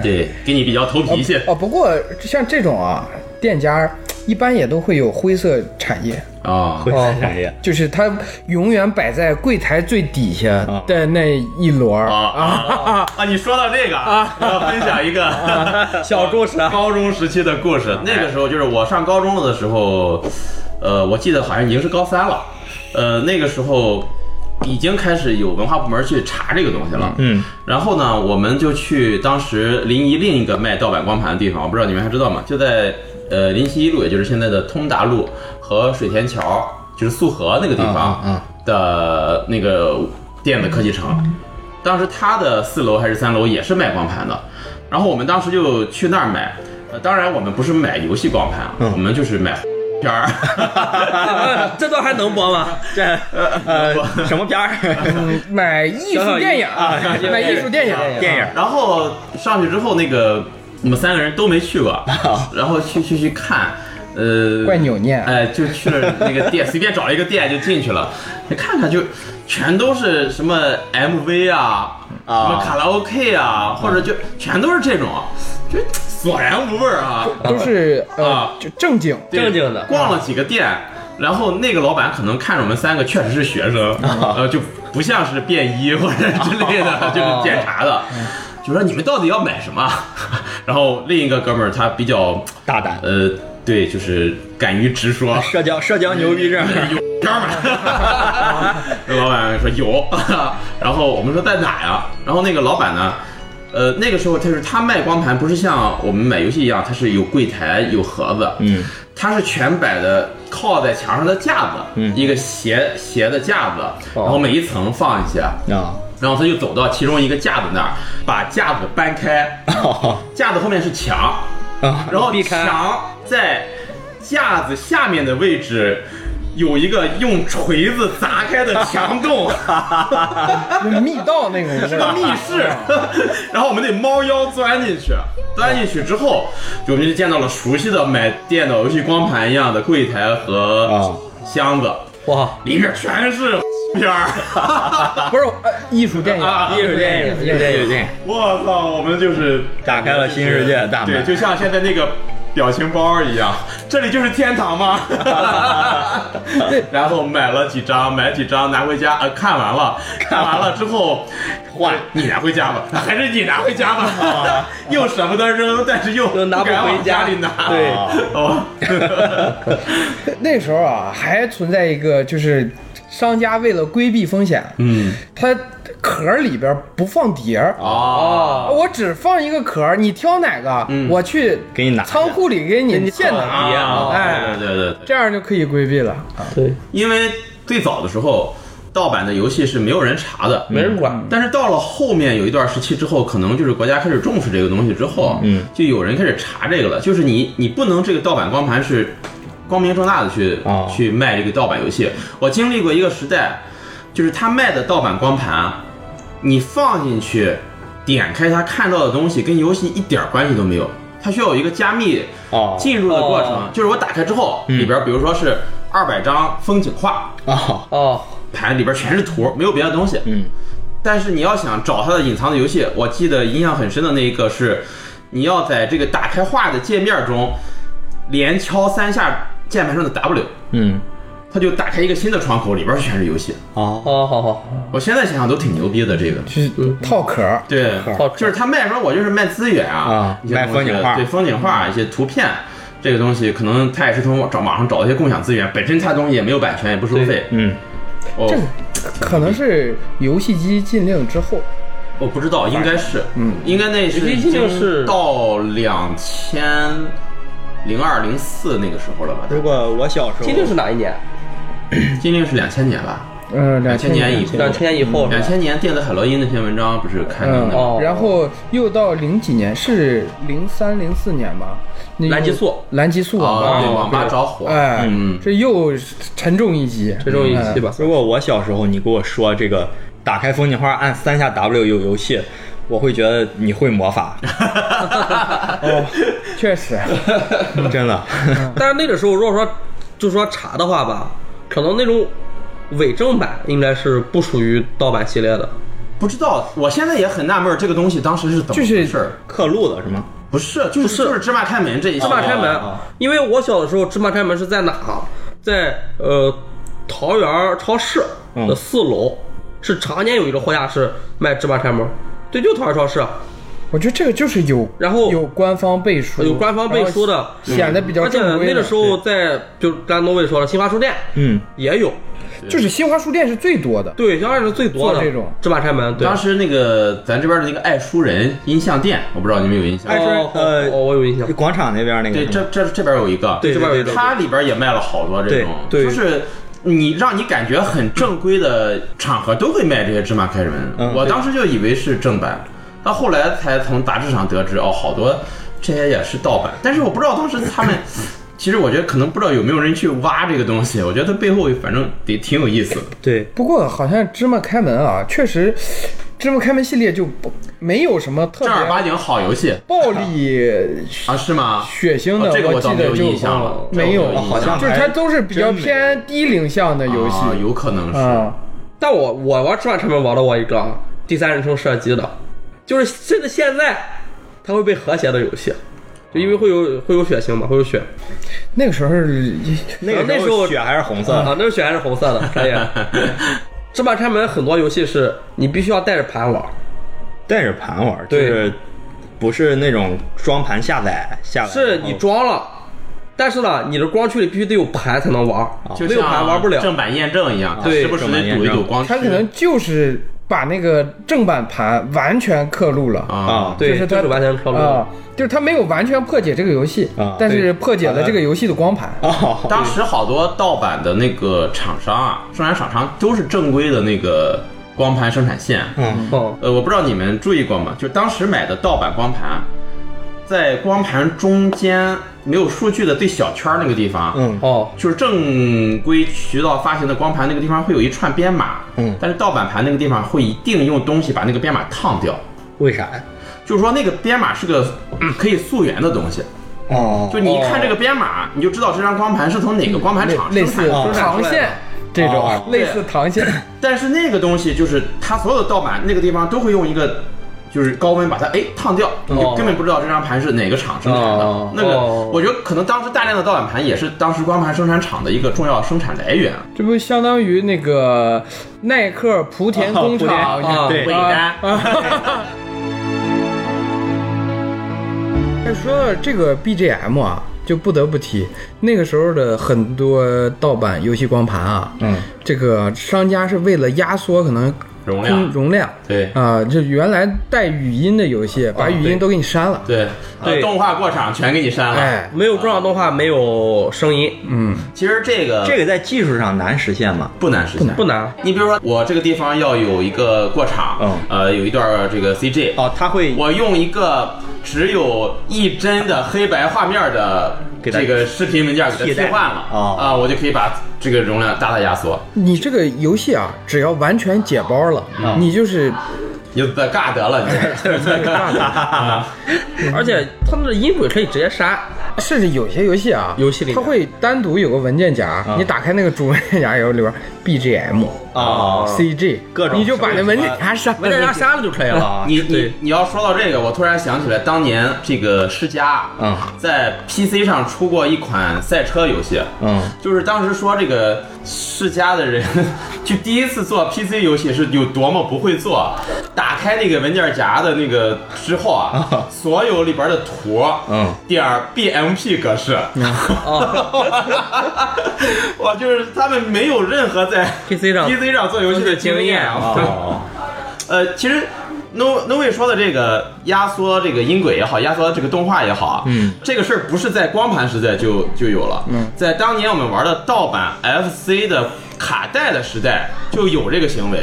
A: 对，给你比较头皮屑。
B: 哦，不过像这种啊，店家一般也都会有灰色产业，
A: 啊
D: 会
B: 哦
D: 产产业。
B: 就是它永远摆在柜台最底下
D: 啊
B: 的那一摞儿
A: 啊啊啊！你说到这个啊，我要分享一个
C: 小故事啊
A: 高中时期的故事。那个时候就是我上高中了的时候，呃，我记得好像已经是高三了，呃，那个时候已经开始有文化部门去查这个东西了。
D: 嗯，
A: 然后呢，我们就去当时临沂另一个卖盗版光盘的地方，我不知道你们还知道吗？就在呃临沂一路，也就是现在的通达路和水田桥，就是溯河那个地方
D: 嗯嗯嗯
A: 的那个电子科技城。当时他的四楼还是三楼也是卖光盘的，然后我们当时就去那儿买。呃，当然我们不是买游戏光盘，我们就是买片儿。
C: 啊这段还能播吗？
D: 这 呃什么片儿？
B: 嗯，买艺术电影
D: 啊
B: 买艺术电影，
D: 电影
A: 然后上去之后，那个我们三个人都没去 过，然后去去去看，呃，
B: 怪扭啊捏。
A: 哎，就去了那个店，随便找了一个店就进去了，你看看就全都是什么 MV 啊，
D: 啊
A: 什么卡拉 OK 啊，或者就全都是这种，就索然无味儿啊。
B: 都是呃
A: 啊，
B: 就正经，
A: 对
C: 正经的
A: 逛了几个店，然后那个老板可能看着我们三个确实是学 生，呃，就不像是便衣或者之类 的，就是检查的，
C: 嗯
A: 就说你们到底要买什么？ 然后另一个哥们儿他比较
D: 大胆，
A: 呃，对，就是敢于直说，
D: 社交社交牛逼症。
A: 片儿吗？那老板说有，然后我们说在哪呀？然后那个老板呢，呃，那个时候他是他卖光盘，不是像我们买游戏一样，他是有柜台有盒子，
D: 嗯，
A: 他是全摆的靠在墙上的架子，
D: 嗯哦
A: 一个斜斜的架子，然后每一层放一些，
D: 啊，
A: 然后他就走到其中一个架子那儿，把架子搬开，
D: 哦
A: 架子后面是墙，
D: 啊
A: 然后
C: 避开
A: 墙在架子下面的位置有一个用锤子砸开的墙 洞，
B: 就密道那种
A: 是个密室， 然后我们得猫腰钻进去。钻进去之后，就我们就见到了熟悉的买电脑游戏光盘一样的柜台
D: 啊
A: 和箱子，
C: 哇，
A: 里面全是 片儿。
B: 不是呃艺术电影，
A: 啊
C: 艺术电影，艺术电影，
D: 影，
A: 我操，我们就是
D: 打开了新世界的大门
A: 对，就像现在那个表情包一样，这里就是天堂吗？然后买了几张，买几张拿回家，呃，看完了，看完了之后。
D: 换
A: 你拿回家吧，还是你拿回家吧，又舍不得扔，但是又
C: 又拿不
A: 敢往
C: 回家
A: 里拿。
C: 对
A: 哦，
B: 那时候啊，还存在一个就是商家为了规避风险，
A: 嗯，
B: 它壳里边不放碟儿。
A: 哦，
C: 哦，
B: 我只放一个壳儿，你挑哪个，我去
D: 给你拿
B: 仓库里给你现
C: 放碟
B: 拿，
C: 啊
A: 哎，
B: 嗯哦哎，
A: 对对对，
B: 这样就可以规避了。
C: 对，
A: 因为最早的时候，盗版的游戏是没有人查的，嗯
C: 没人管，
A: 但是到了后面有一段时期之后，可能就是国家开始重视这个东西之后，
D: 嗯，
A: 就有人开始查这个了。就是你你不能这个盗版光盘是光明正大的去、
C: 啊
D: 哦
A: 去卖这个盗版游戏。我经历过一个时代，就是他卖的盗版光盘，你放进去，点开它看到的东西跟游戏一点儿关系都没有，它需要有一个加密
D: 哦嗯
A: 进入的过程，
C: 哦
A: 就是我打开之后，里边儿比如说是二百张风景画。
D: 啊，
C: 哦，
A: 盘里边全是图，没有别的东西。
D: 嗯，
A: 但是你要想找它的隐藏的游戏，我记得印象很深的那一个是，你要在这个打开画的界面中，连敲三下键盘上的 W，
D: 嗯，
A: 它就打开一个新的窗口，里边全是游戏。
D: 哦，
C: 好好好，
A: 我现在想想都挺牛逼的这个。
B: 去套壳儿，
A: 对，
C: 好
A: 就是他卖什么，我就是卖资源
D: 啊
A: 啊，一些东西
D: 卖风景画
A: 对风景画一些图片。这个东西可能他也是从找网上找的一些共享资源，本身它的东西也没有版权，也不收费
C: 对。
D: 嗯，
A: 哦
B: 这，可能是游戏机禁令之后，
A: 我不知道，应该是，
B: 嗯
A: 应该那是
C: 毕
A: 已
C: 竟
A: 经
C: 是
A: 到两千零二零四那个时候了吧？
D: 如果我小时候，
C: 金靖是哪一年？
A: 金陵是两千年吧？
B: 嗯，两
A: 两千年以后，
C: 两千年以后是
A: 两
C: 吧？
A: 千年电子海洛因那篇文章不是刊登的吗？
C: 哦
B: 嗯，然后又到零几年，是零三零四年吧？那又
C: 蓝激素，
B: 蓝激素网吧，
A: 哦，对，网吧着火，
B: 哎，
A: 嗯
B: 这又沉重一嗯级，
C: 这终于一期吧。
D: 如果我小时候你跟我说这个打开风景画按三下 W 有游戏，我会觉得你会魔 法，
B: 哦，确 实，
D: 真的。
C: 但是那个时候如果说就是说查的话吧，可能那种伪正版应该是不属于盗版系列的。
A: 不知道，我现在也很纳闷儿，这个东西当时是怎么
B: 就
A: 回
B: 是
A: 事儿？
D: 刻录的是吗？
A: 不是，就是就是芝麻开门这一
C: 芝麻开门
D: 哦哦哦，
C: 因为我小的时候芝麻开门是在哪啊？在呃桃园超市
B: 嗯
C: 的四楼，是常年有一个货架是卖芝麻开门，对，就桃园超市，啊
B: 我觉得这个就是有，
C: 然后
B: 有官方背书，
C: 有官方背书的
B: 哦然
C: 嗯
B: 后显得比较
C: 而且
B: 正规的。
C: 那个时候在就刚东伟说了，新华书店
D: 嗯，
C: 也有，
B: 就是新华书店是最多的，
C: 对，小二是最多的
B: 做这种
C: 芝麻开门，对
A: 当。时那个咱这边的那个爱书人音像店，我不知道你们有印象
D: 爱
A: 吗？
D: 书人
C: 哦哦
D: 呃
C: 哦，我有印象
D: 是，广场那边那个
A: 对，
D: 什
A: 这
D: 么
A: 这这边有一个，
C: 对这边有一个
A: 它里边也卖了好多这种，
D: 对
A: 就
D: 对
A: 是。你让你感觉很正规的场合都会卖这些芝麻开门，
D: 嗯
A: 我
D: 对
A: 当时就以为是正版，到后来才从杂志上得知哦，好多这些也是盗版，但是我不知道当时他们，其实我觉得可能不知道有没有人去挖这个东西，我觉得它背后反正得挺有意思的。
D: 对
B: 不过好像芝麻开门啊，确实，芝麻开门系列就不没有什么特
A: 正儿
B: 别
A: 八经好游戏
B: 暴力
A: 啊，是吗？
B: 血腥的，
A: 哦这个我
B: 记
A: 倒没
B: 得
A: 有
B: 就嗯
A: 印象了
B: 没有
A: 这个我没有印象
D: 好像
B: 就是它都是比较
D: 真没有
B: 偏低龄向的游戏
A: 啊有可能是。
B: 啊。
C: 但我我玩芝麻开门玩了我一个啊第三人称射击的，就是甚至现在它会被和谐的游戏，就因为会有会有血腥嘛，会有血
B: 那个时候是
D: 那个
C: 那时候
D: 血还是红色的，
C: 啊，那个血还是红色的，可以。 芝麻开门很多游戏是你必须要带着盘玩，
D: 啊带着盘玩，
C: 对
D: 就是不是那种装盘下载下来，
C: 是你装了，但是呢，你的光驱里必须得有盘才能玩，
A: 就
C: 没有盘
A: 像
C: 玩不了。
A: 正版验证一样，它
C: 对
A: 时不时
D: 正版
A: 得
D: 验
A: 赌一赌
D: 证
A: 光驱。
B: 他可能就是把那个正版盘完全刻录了，
A: 啊
D: 啊，
C: 对，
B: 就是
C: 就
B: 它
C: 是完全靠路的。
B: 啊，就是他没有完全破解这个游戏
D: 啊，
B: 但是
D: 对
B: 破解了这个游戏的光盘。
A: 啊
D: 哦，
A: 当时好多盗版的那个厂商啊，生产厂商都是正规的那个光盘生产线。
D: 嗯，
C: 哦，
A: 呃，我不知道你们注意过吗？就当时买的盗版光盘，在光盘中间没有数据的最小圈儿那个地方，
D: 嗯
C: 哦，
A: 就是正规渠道发行的光盘那个地方会有一串编码，
D: 嗯
A: 但是盗版盘那个地方会一定用东西把那个编码烫掉，
D: 为啥呀？
A: 就是说那个编码是个、嗯可以溯源的东西。
D: 哦，
A: 就你一看这个编码，你就知道这张光盘是从哪个光盘厂
B: 类
A: 生产
B: 类似啊
A: 的。
D: 哦
B: 糖线这
D: 哦
A: 啊
B: 种，啊类似糖线，
A: 但是那个东西就是它所有的盗版那个地方都会用一个。就是高温把它哎烫掉，你就
C: 哦
A: 根本不知道这张盘是哪个厂生产的。
C: 哦
A: 那个，
C: 哦
A: 我觉得可能当时大量的盗版盘也是当时光盘生产厂的一个重要生产来源。啊
B: 这不相当于那个耐克莆田工
D: 啊
B: 厂
D: 莆
C: 田啊
D: 对
B: 啊啊 但哎说到这个 BGM 啊，就不得不提那个时候的很多盗版游戏光盘啊，
D: 嗯，
B: 这个商家是为了压缩可能
A: 容量
B: 空容量，
A: 对
B: 啊，就原来带语音的游戏，把语音都给你删了，
A: 对，呃
C: 对
A: 动画过场全给你删了。
B: 哎，
C: 没有重要动画，没有声音，
B: 嗯，
A: 其实这个
D: 这个在技术上难实现嘛？
A: 不难实现，
C: 不难。
A: 你比如说，我这个地方要有一个过场，
D: 嗯
A: 呃，有一段这个 CG，、
D: 哦，它会
A: 我用一个只有一帧的黑白画面的
D: 给它
A: 这个视频文件给
D: 替
A: 它
D: 代
A: 替换了啊、
D: 哦
A: 我就可以把这个容量大大压缩，
B: 你这个游戏啊，只要完全解包了，你就是
A: 你就 the god 得了，
D: 啊
A: 你
D: 嗯
C: 而且它那个音轨可以直接删，
B: 甚至有些游戏啊，
C: 游戏里面啊
B: 它会单独有个文件夹，你打开那个主文件夹以后，里边 BGM、
D: 啊
B: CG
D: 各种
B: 你就把那文件夹删了。
C: 文件夹删了就可以
D: 啊
C: 了。
A: 你
C: 对
A: 你你要说到这个，我突然想起来，当年这个世嘉，
D: 嗯
A: 在 PC 上出过一款赛车游戏，
D: 嗯
A: 就是当时说这个世嘉的人就第一次做 PC 游戏是有多么不会做，打开那个文件夹的那个之后啊，所有里边的图，
D: 嗯，
A: 点儿 BMP 格式，哦 哇，就是他们没有任何在
C: PC 上
A: PC 上做游戏的经验啊，
D: 哦，
A: 呃，其实 No No Way 说的这个压缩这个音轨也好，压缩这个动画也好啊，
D: 嗯，
A: 这个事儿不是在光盘时代就就有了，嗯，在当年我们玩的盗版 FC 的卡带的时代就有这个行为。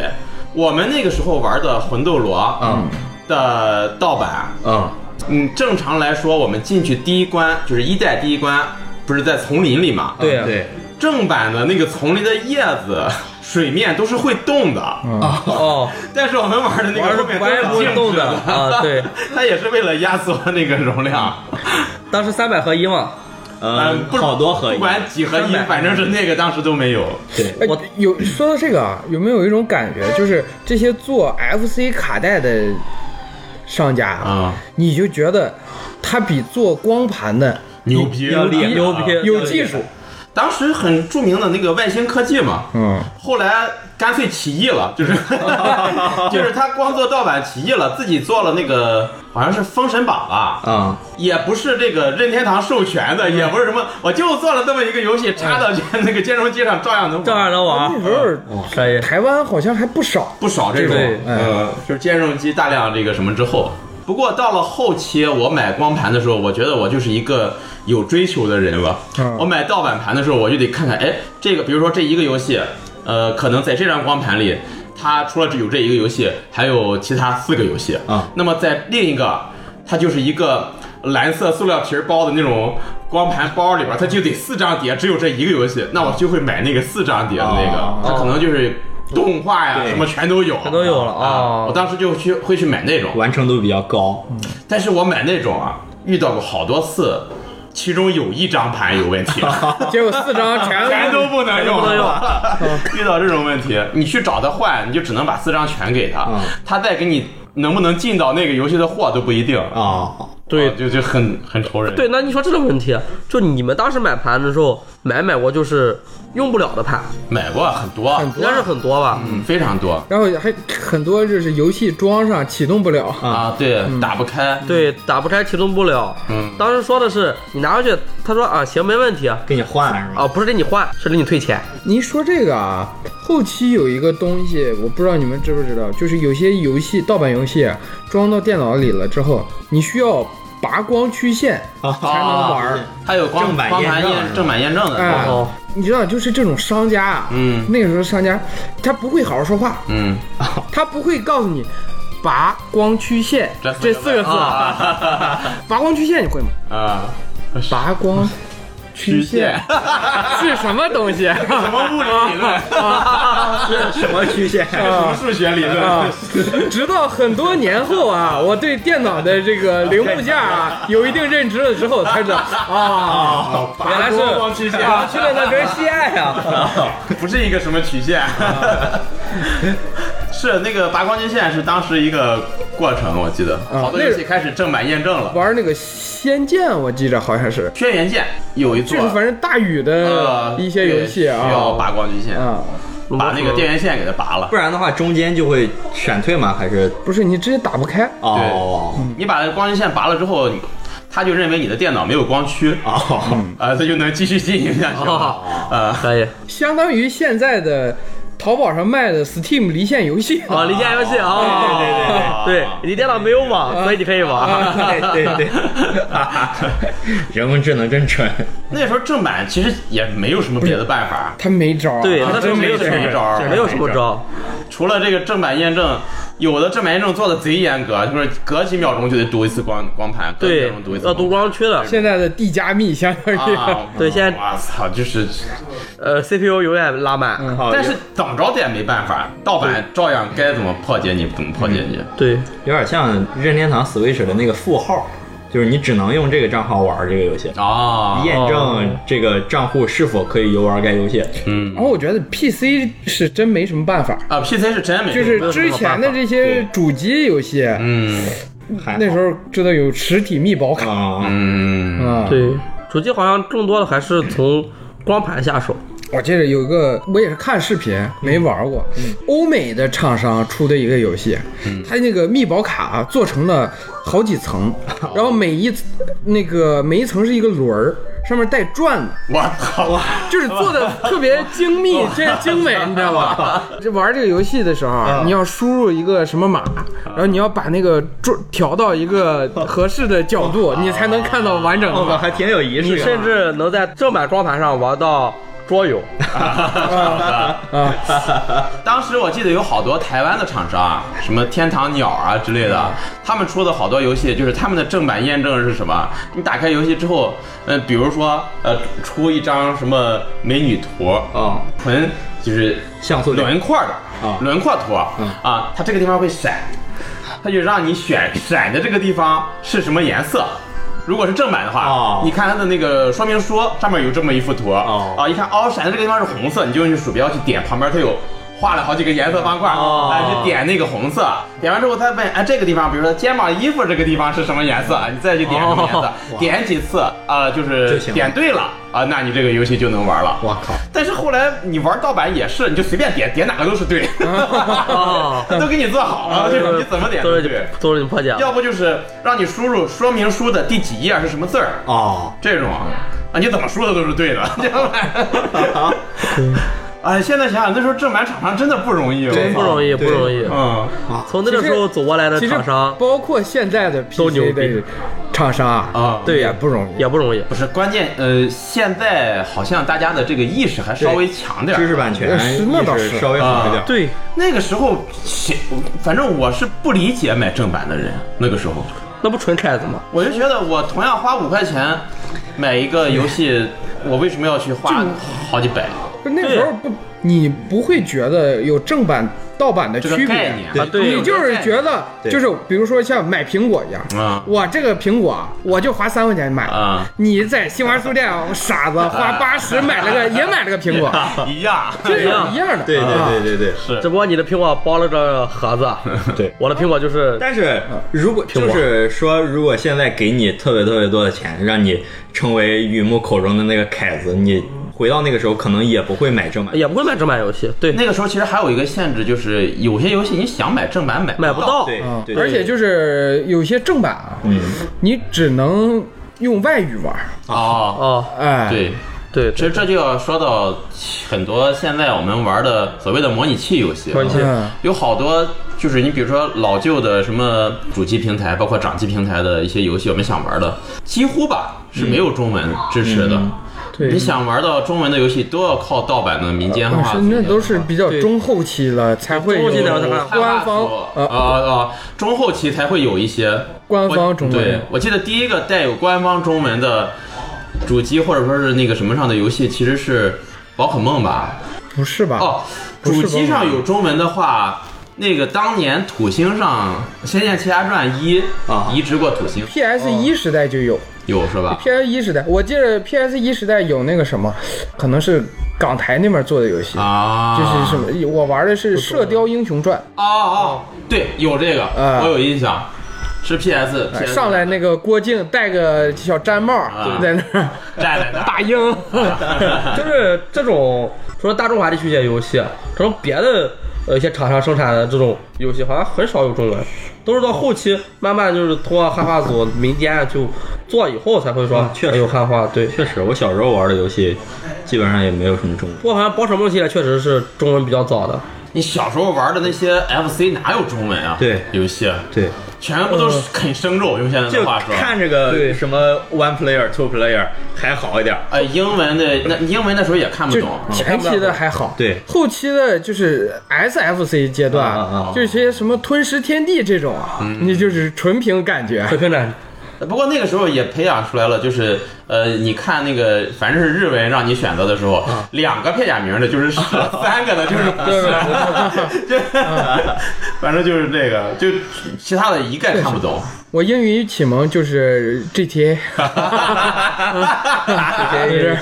A: 我们那个时候玩的《魂斗罗》嗯的盗版，
D: 嗯
A: 嗯，正常来说，我们进去第一关就是一代第一关，不是在丛林里嘛？嗯
C: 对啊
D: 对
A: 正版的那个丛林的叶子、水面都是会动的，
C: 哦，
A: 但是我们玩的那个后面
C: 玩的不
A: 都
C: 会
A: 是
C: 动
A: 静止
C: 的啊对，
A: 它也是为了压缩那个容量，
C: 当时三百合一嘛，
D: 嗯，
A: 呃不
D: 好多合
A: 不
D: 一，
A: 管几合一，
C: 300
A: 反正是那个当时都没有。
D: 对
B: 哎
C: 我
B: 有说到这个啊，有没有一种感觉，就是这些做 FC 卡带的商家
A: 啊，
B: 你就觉得它比做光盘的
A: 牛逼，嗯
D: 要厉害，
C: 牛逼
D: 啊
B: 有技术。
A: 当时很著名的那个外星科技嘛，
B: 嗯，
A: 后来干脆起义了，就是 就是他光做盗版起义了，自己做了那个好像是《封神榜》吧，
D: 啊！
A: 也不是这个任天堂授权的，也不是什么，我就做了这么一个游戏，插到那个兼容机上照样能玩
C: 照样能玩哎
B: 那时候
C: 可以。
B: 台湾好像还不少。
A: 不少这种
C: 对，
A: 呃，就是兼容机大量这个什么之后。不过到了后期，我买光盘的时候，我觉得我就是一个有追求的人了。
B: 嗯
A: 我买盗版盘的时候，我就得看看，哎，这个比如说这一个游戏，呃，可能在这张光盘里，它除了只有这一个游戏，还有其他四个游戏
D: 啊
A: 那么在另一个，它就是一个蓝色塑料皮儿包的那种光盘包里边，它就得四张碟，只有这一个游戏，那我就会买那个四张碟的那个，
D: 哦
A: 它可能就是动画呀
D: 对
A: 什么全都有，
C: 哦全都有了
A: 啊
C: 哦！
A: 我当时就去会去买那种，
D: 完成度比较高，
A: 但是我买那种啊，遇到过好多次，其中有一张盘有问题，
B: 结果四张全
A: 全都不能用，
C: 啊全都不能用
A: 遇到这种问题，你去找他换，你就只能把四张全给他
D: 嗯，
A: 他再给你能不能进到那个游戏的货都不一定。
D: 啊，
C: 对
A: 啊就就很很愁人。
C: 对，那你说这个问题，啊就你们当时买盘的时候，买没买过就是用不了的盘，
A: 买过很多，
B: 很
C: 应该是
B: 多，
C: 很多吧？
A: 嗯，非常多
B: 然后还很多就是游戏装上启动不了。
A: 啊，对，打不开，
C: 嗯对，打不开，启动不了。
A: 嗯
C: 当时说的是你拿回去，他说啊行，没问题啊，
D: 给你换是
A: 哦
D: 吗？
C: 不是给你换，是给你退钱。
B: 您说这个啊，后期有一个东西，我不知道你们知不知道，就是有些游戏盗版游戏啊装到电脑里了之后，你需要拔光驱线才能玩儿。
A: 还有光
D: 正版
A: 光盘
D: 验证
A: 验正版验证
B: 哎
A: 的，
C: 哦，
B: 你知道，就是这种商家啊，
A: 嗯
B: 那个时候商家他不会好好说话，
A: 嗯，
B: 他不会告诉你拔光驱线
A: 这
B: 这四个字，啊拔光驱线你会吗？
A: 啊，
B: 拔光
A: 曲 线，
B: 是什么东西？啊
A: 什么物理理论？
D: 什么 曲线？
A: 什么数学理论
B: 啊？直到很多年后啊，我对电脑的这个零部件啊有一定认知了之后，才知道啊，
A: 啊，
C: 原来是
A: 光曲线，
C: 啊，去了那根线呀。
A: 不是一个什么曲 线。是那个拔光曲线是当时一个过程，我记得好多游戏开始正版验证了。
B: 玩啊那个《仙剑》，我记着好像是，
A: 轩辕剑有一座
B: 就是反正大宇
A: 呃
B: 的一些游
A: 对
B: 戏
A: 需要
B: 啊，
A: 拔光局线，
B: 啊，
A: 把那个电源线给它拔了
D: 不。然的话，中间就会选退吗？还是
B: 不是你直接打不开，
D: 哦
A: 你把光局线拔了之后，你他就认为你的电脑没有光驱，
D: 哦
A: 啊，他就能继续进行下去
B: 啊
A: 了。呃，
C: 可以
B: 相当于现在的淘宝上卖的 Steam 离线游戏
A: 啊
C: 哦，离线游戏
A: 哦
C: 啊，
A: 对对对对
C: 对你电脑没有网，所以你可以玩。
D: 啊对对对， 人工智能真蠢。
A: 那时候正版其实也没有什么别的办法，
B: 他没招儿，
C: 对，
B: 啊
C: 那时候没有什
A: 没
C: 么
A: 招儿
C: 没有什么招，
A: 除了这个正版验证，有的正版验证做的贼严格，就是隔几秒钟就得读一次光光盘，隔几秒
C: 对
A: 钟读一，次
C: 要
A: 光
C: 读
A: 盘。
C: 光驱的，
B: 现在的 D 加密相当于，
A: 啊
C: 对现在
A: 我操，就是，
C: 呃，CPU 永远拉满。
D: 哦
A: 但是怎么着的也没办法，盗版照样该怎么破解你怎么破解你。
C: 对，
D: 有点像任天堂 Switch 的那个负号，就是你只能用这个账号玩这个游戏，
A: 啊，
D: 验证这个账户是否可以游玩该游戏。
A: 嗯
B: 然后我觉得 PC 是真没什么办法，
A: 啊，PC 是真没，
B: 就是之前的这些主机游戏，
A: 嗯
D: 还好
B: 那时候知道有实体密保卡
D: 啊，
A: 嗯
B: 啊。，
C: 对，主机好像更多的还是从光盘下手。
B: 我记得有一个，我也是看视频，没玩过。欧美的厂商出的一个游戏，它那个密保卡啊做成了好几层，然后每一那个每一层是一个轮儿，上面带转的。
A: 我操，
B: 就是做的特别精密，这精美，你知道吧？这玩这个游戏的时候啊，你要输入一个什么码，然后你要把那个转调到一个合适的角度，你才能看到完整的
D: 我
B: 码。
D: 还挺有仪式
C: 你甚至能在正版光盘上玩到桌游，
B: 啊，
A: 当时我记得有好多台湾的厂商啊，什么天堂鸟啊之类的，他们出的好多游戏，就是他们的正版验证是什么？你打开游戏之后，呃，比如说呃，出一张什么美女图，
D: 啊，
A: 纯就是
D: 像素
A: 轮廓的
D: 啊
A: 轮廓图啊，它这个地方会闪，它就让你选闪的这个地方是什么颜色。如果是正版的话
D: 哦，
A: 你看它的那个说明书上面有这么一幅图
D: 哦
A: 啊，一看哦，闪的这个地方是红色，你就用鼠标去点旁边，它有画了好几个颜色方块，
D: 哦
A: 哎，去点那个红色，点完之后他问，哎，这个地方，比如说肩膀、衣服这个地方是什么颜色，你再去点什么颜色
D: 哦，
A: 点几次啊、就
D: 就是行了
A: 点对了啊、那你这个游戏就能玩了。
D: 我靠，
A: 但是后来你玩盗版也是，你就随便点，点哪个都是对，
C: 哦
A: 他都给你做好了，就是你怎么点
C: 啊都是
A: 对
C: 你。都是你破解了。
A: 要不就是让你输入说明书的第几页是什么字儿，
D: 哦，
A: 这种啊，你怎么说的都是对的，知道吧？哎，现在想想那时候正版厂商真的不容易哦，
C: 不容易，不容易。
A: 嗯，
C: 从那个时候走过来的
B: 其实
C: 厂商
B: 包括现在的
C: 都牛
B: PC
C: 逼
B: 的厂商啊
A: 啊，
B: 对也不容易
C: 也。不容易。
A: 不是关键，呃，现在好像大家的这个意识还稍微强点儿，
D: 知识版权
B: 是那倒
D: 意识
B: 是
D: 稍微好一点。
C: 对，
A: 那个时候，谁反正我是不理解买正版的人，那个时候。
C: 那不纯凯子吗？
A: 我就觉得我同样花五块钱买一个游戏，我为什么要去花好几百？
B: 不是那时候不，你不会觉得有正版盗版的
A: 这个
B: 区
A: 概
B: 别。
A: 念
D: 对
A: 啊，
C: 对
B: 你就是觉得，
D: 对
B: 就是比如说像买苹果一样，
A: 啊
B: 我这个苹果我就花三块钱买了，
A: 啊
B: 你在新华书店傻子花八十买了个也买了个苹果，
A: 一样，
B: 这是一样的，
D: 对
B: 啊
D: 对对对
A: 是
C: 只不过你的苹果包了个盒子，啊
D: 对对。
C: 我的苹果就是
D: 但是如果
C: 果
D: 就是说，如果现在给你特别特别多的钱，让你成为雨木口中的那个凯子，你回到那个时候可能也不会买正版。
C: 也不会买正版游戏。对，
A: 那个时候其实还有一个限制，就是有些游戏你想买正版买
C: 买不
A: 到
C: 到。
D: 对
B: 啊
D: 对，
B: 而且就是有些正版啊，你只能用外语玩，
A: 哦，
C: 哦，
B: 哎，
A: 对。
C: 对，
A: 其实这就要说到很多现在我们玩的所谓的模拟器游戏，啊
C: 模拟器
B: 嗯，
A: 有好多就是你比如说老旧的什么主机平台，包括掌机平台的一些游戏，我们想玩的几乎吧是没有中文支持的。
B: 嗯对
A: 你想玩到中文的游戏，都要靠盗版的民间
B: 但
A: 化
B: 是
A: 组织的。
B: 那都是比较
C: 对
B: 中后期了才会
C: 中后期
B: 有
C: 才会
B: 官方
A: 啊
B: 呃
A: 啊，中后期才会有一些
B: 官方中文
A: 对，我记得第一个带有官方中文的主机或者说是那个什么上的游戏，其实是宝可梦吧？
B: 不是吧？
A: 哦，
B: 不是
A: 主
B: 吧
A: 机上有中文的话，那个当年土星上《仙剑奇侠传一》
D: 啊
A: 移植过土星，
B: PS 一时代就有
A: 有是吧？
B: ，PS 一时代，我记得 PS 一时代有那个什么，可能是港台那边做的游戏，
A: 啊，
B: 就是什？么，我玩的是《射雕英雄传
A: 哦哦，对，有这个，
B: 嗯
A: 我有印象，是 PS，,
B: 哎
A: PS
B: 上来那个郭靖戴个小毡帽
A: 啊
B: 在那儿
A: 站在那儿
B: 打鹰，
C: 就是这种除了大中华地区一些游戏，这种别的呃一些厂商生产的这种游戏，好像很少有中文，都是到后期慢慢就是通过汉化组民间就做以后才会说
D: 嗯确实
C: 有汉化。对，
D: 确实，我小时候玩的游戏基本上也没有什么中文。
C: 不过好像宝可梦系列确实是中文比较早的，
A: 你小时候玩的那些 FC 哪有中文啊？
D: 对
A: 游戏
D: 对，
A: 全部
B: 嗯
A: 都是啃生肉，用现在
D: 就
A: 的话说。啊
D: 看这个什么 one player two player 还好一点。
A: 呃，英文的那英文那时候也看不
B: 就
A: 懂，嗯
B: 前期的还好，
D: 对
B: 后期的就是 SFC 阶段，
D: 啊啊啊
B: 就是些什么吞食天地这种啊，
A: 嗯
B: 你就是纯凭感觉。
C: 水平展
A: 不过那个时候也培养出来了，就是呃，你看那个凡是日文让你选择的时候，两个片假名的就是是，三个的就是不是， 就反正就是这个，就其他的一概看不懂。
B: 我英语启蒙就是 GTA，就是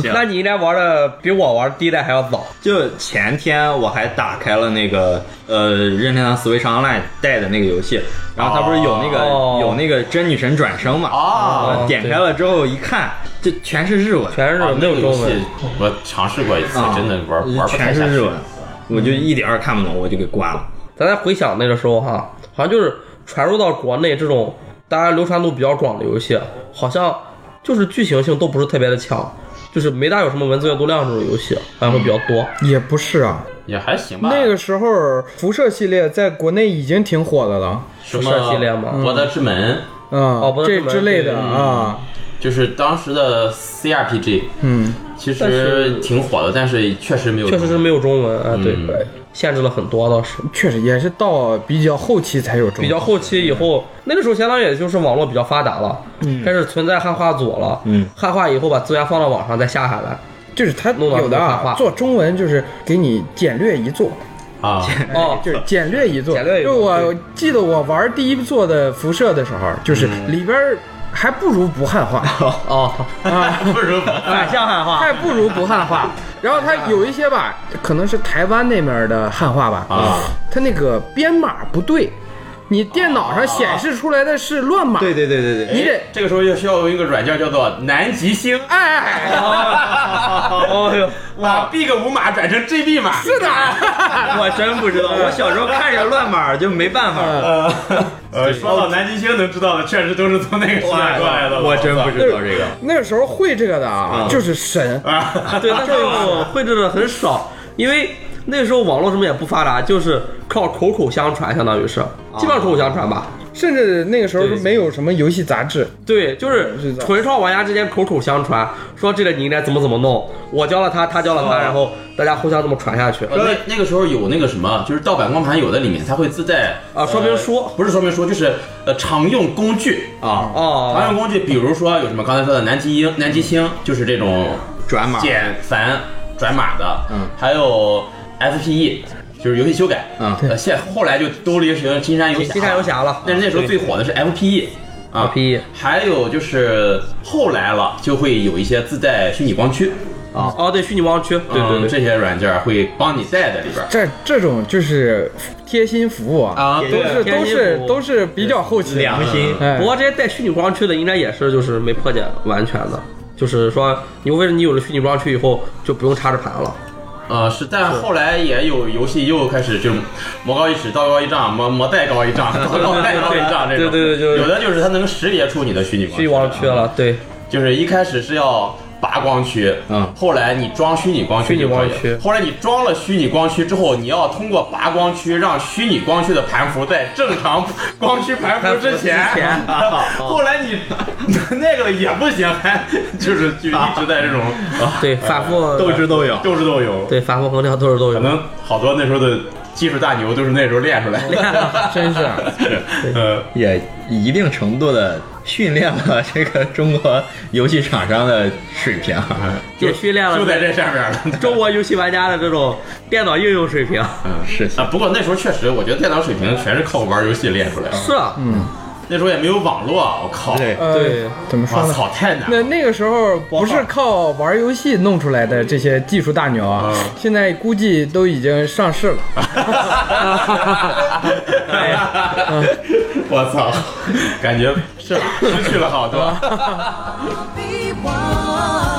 D: 行
C: 那你应该玩的比我玩第一代还要早。
D: 就前天我还打开了那个呃任天堂 Switch Online 带的那个游戏，然后它不是有那个、
C: 哦
D: 有那个真女神转生嘛？
A: 哦
D: 我点开了之后一看，就全是日文，
C: 全是
A: 啊
C: 没有中文，，
A: 我尝试过一次
D: 啊，
A: 真的玩玩不太
D: 全
A: 下
D: 是
A: 去
D: 日。文，我就一点儿看不懂，我就给关了。
C: 咱再回想那个时候哈，好像就是传入到国内这种大家流传度比较广的游戏，好像就是剧情性都不是特别的强，就是没大有什么文字阅读量这种游戏，好像会比较多。
B: 也不是啊，
A: 也还行吧。
B: 那个时候辐射系列在国内已经挺火的了，
A: 什么
C: 辐射系列吗
A: 博德之门，
B: 嗯，
C: 哦不是
B: 这
C: 这么
B: 之类的
C: 对
B: 啊，
A: 就是当时的 CRPG，
B: 嗯，
A: 其
C: 但
A: 实
C: 是
A: 挺火的，但是确实没有
C: 确
A: 中
C: 实
A: 文，
C: 是没有中文啊，对，
A: 嗯
C: 限制了很多倒是。
B: 确实也是到比较后期才有中文，
C: 比较后期以后，那个时候相当于也就是网络比较发达了，开始存在汉化组了，
D: 嗯
C: 汉化以后把资源放到网上再下下来，
B: 就是他
C: 弄到
B: 有的
C: 汉化
B: 啊，做中文就是给你简略一做，
A: 啊。
C: 哦，
B: 就是简略一做。
C: 简略一做
B: 就我记得我玩第一座的辐射的时候，就是里边儿还不如不汉化
C: 哦，
B: 啊，
A: 不如不
D: 反向汉化
B: 还不如不汉化。然后它有一些吧，可能是台湾那面的汉化吧，
A: 啊，
B: 它那个编码不对，你电脑上显示出来的是乱码，
D: 对对对对对，
B: 你得
A: 这个时候就需要用一个软件叫做南极星，
B: 哎，
D: 哦呦，
A: 把 big 五码转成 GB 码。
B: 是的，
D: 我真不知道，我小时候看着乱码就没办法。
A: 呃， 呃，说到南极星能知道的，确实都是从那个时代过来的。
D: 我真不知道这个。
B: 那个时候会这个的啊，
D: 嗯
B: 就是神，
A: 啊，
C: 对，那时候我绘制的很少，因为那时候网络什么也不发达，就是靠口口相传，相当于是，基本上口口相传吧。
B: 甚至那个时候都没有什么游戏杂志，
C: 对，就是纯靠玩家之间口口相传，说这个你应该怎么怎么弄，我教了他，他教了他，然后大家互相这么传下去。
A: 呃那那个时候有那个什么，就是盗版光盘有的里面它会自带
C: 啊说明书
A: 呃不是说明书，就是呃常用工具。
D: 啊，
A: 常
C: 哦，
A: 用工具，比如说有什么刚才说的南极鹰、南极星，就是这种
D: 转码
A: 简繁转码的，
D: 嗯，
A: 还有 FPE，就是游戏修改，
D: 嗯
A: 呃，现后来就都流行金山游侠，
C: 金山游侠了
A: 但是那时候最火的是 FPE。啊
C: FPE
A: 还有就是后来了，就会有一些自带虚拟光驱，
C: 哦，对，虚拟光驱，对
A: 嗯
C: 对对，
A: 这些软件会帮你带在里边儿。
B: 这这种就是贴心服务啊，
A: 啊，
B: 都是
C: 贴
B: 都
C: 心
B: 是
C: 服务
B: 都是比较后期的，
D: 良心
B: 哎
C: 不，过这些带虚拟光驱的，应该也是就是没破解完全的，就是说，因为你有了虚拟光驱以后，就不用插着盘了。
A: 啊，是，但后来也有游戏又开始就魔高一尺，道高一丈，魔魔带高一 丈，道高带高一丈这种。
C: 对对对就是
A: 有的就是它能识别出你的虚拟光
C: 虚拟光驱了，对，
A: 就是一开始是要拔光驱，
D: 嗯
A: 后来你装虚拟光驱就可以了，
C: 虚拟光驱
A: 后来你装了虚拟光驱之后，你要通过拔光驱让虚拟光驱的盘符在正常光驱盘符之前，
C: 盘符之 前啊
A: 后来你 那个也不行，还就是 就一直在这
C: 啊
A: 种啊
C: 对，反复
D: 斗智斗勇。
A: 斗智斗勇，
C: 对，反复横跳都是都
A: 可
C: 有。
A: 能好多那时候的技术大牛都是那时候练出来 的，
B: 真是
A: 是， 呃，
D: 也一定程度的训练了这个中国游戏厂商的水平，
A: 啊
C: 也训练
A: 就在
C: 了
A: 这上面了。
C: 中国游戏玩家的这种电脑应用水平。
D: 是
A: 啊，不过那时候确实，我觉得电脑水平全是靠玩游戏练出来的。
C: 是啊，
A: 那时候也没有网络，啊我靠！
D: 对
B: 呃
C: 对，
B: 怎么说
A: 我
B: 呢？
A: 操，太难了
B: 那那个时候不是靠玩游戏弄出来的这些技术大牛啊
A: 嗯，
B: 现在估计都已经上市了。
A: 哎我操，感觉是失去了好多。
E: be one.